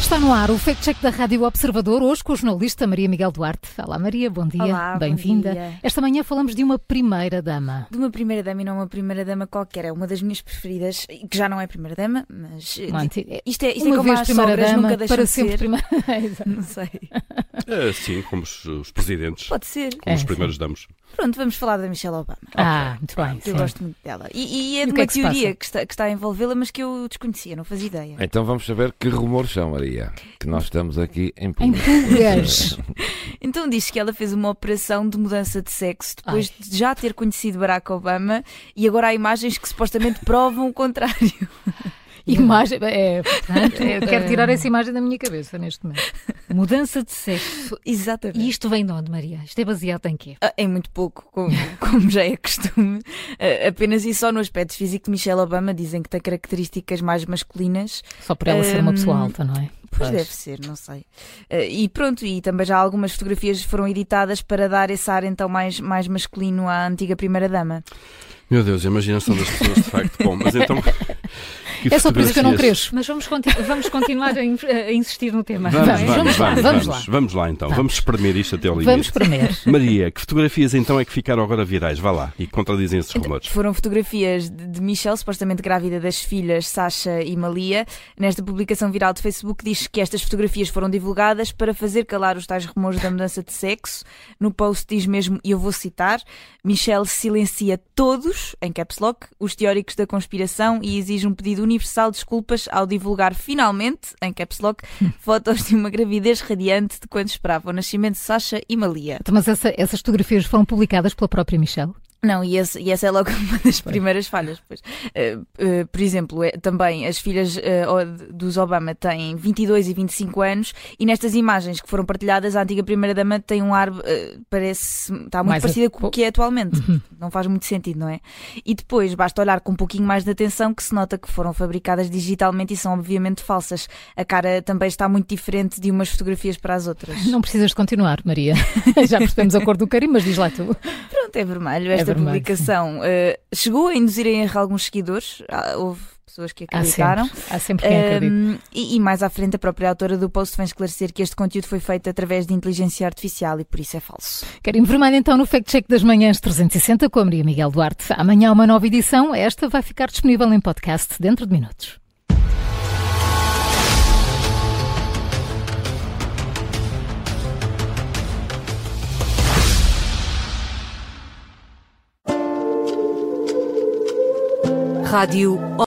Está no ar o Fact Check da Rádio Observador, hoje com o jornalista Maria Miguel Duarte. Olá Maria, bom dia. Olá, bom Bem-vinda. dia. Esta manhã falamos de uma primeira-dama. De uma primeira-dama e não uma primeira-dama qualquer, é uma das minhas preferidas, que já não é primeira-dama, mas. eh, Uma anti- Isto é, isto é Uma como vez as sogras primeira-dama, nunca deixam para de sempre ser. primeira. Exato. Não sei. É, sim, como os, os presidentes, como Pode ser. É, os sim. primeiros damos. Pronto, vamos falar da Michelle Obama. Ah, muito bem. sim. Eu gosto muito dela. E, e é E de o que é uma que se passa? teoria que está, que está a envolvê-la, mas que eu desconhecia, não fazia ideia. Então vamos saber que rumores são, Maria. Que nós estamos aqui em Em público. pulgas. Então diz que ela fez uma operação de mudança de sexo depois de já ter conhecido Barack Obama e agora há imagens que supostamente provam o contrário. Imagem. É, portanto, eh, eu quero tirar essa imagem da minha cabeça neste momento. Mudança de sexo. Exatamente. E isto vem de onde, Maria? Isto é baseado em quê? Ah, Em muito pouco, como, como já é costume. Ah, Apenas e só no aspecto físico de Michelle Obama dizem que tem características mais masculinas. Só por ela ser uma Hum, pessoa alta, não é? Pois, deve ser, não sei. Ah, E pronto, e também já algumas fotografias foram editadas para dar esse ar então mais, mais masculino à antiga primeira-dama. Meu Deus, a imaginação das pessoas, de facto, bom, mas então. que É só por isso que eu não fotografias? cresço. Mas vamos, conti- vamos continuar a, in- a insistir no tema. é? Vamos, vamos, vamos, lá, vamos, vamos, vamos, lá. vamos lá então, vamos espremer isto até ao limite. Vamos primeiro. Maria, que fotografias então é que ficaram agora virais? Vá lá e contradizem esses Então, rumores. Foram fotografias de de Michelle, supostamente grávida das filhas Sasha e Malia. Nesta publicação viral de Facebook diz que estas fotografias foram divulgadas para fazer calar os tais rumores da mudança de sexo. No post diz mesmo, e eu vou citar, Michelle silencia todos, em caps lock, os teóricos da conspiração e exige um pedido universal de desculpas ao divulgar finalmente, em caps lock, fotos de uma gravidez radiante de quando esperava o nascimento de Sasha e Malia. Então, Mas essa- essas fotografias foram publicadas pela própria Michelle? Não, e, esse- e essa é logo uma das primeiras falhas. Pois. Eh, eh, por exemplo, eh, também as filhas eh, o- dos Obama têm 22 e 25 anos e nestas imagens que foram partilhadas, a antiga primeira-dama tem um ar, eh, parece, está muito Mais parecida a- Uhum. com o que é atualmente. Não faz muito sentido, não é? E depois basta olhar com um pouquinho mais de atenção que se nota que foram fabricadas digitalmente e são obviamente falsas. A cara também está muito diferente de umas fotografias para as outras. Não precisas de continuar, Maria. Já percebemos a cor do carinho, mas diz lá tu. Pronto, é vermelho. vermelho, Esta publicação eh, chegou a induzir em erro alguns seguidores. Ah, houve pessoas que Há sempre, acreditaram. há sempre quem acredita. Ahm, e, e mais à frente, a própria autora do post vem esclarecer que este conteúdo foi feito através de inteligência artificial e por isso é falso. Carinho vermelho, então, no Fact Check das Manhãs 360 com a Maria Miguel Duarte. Amanhã uma nova edição. Esta vai ficar disponível em podcast dentro de minutos. Rádio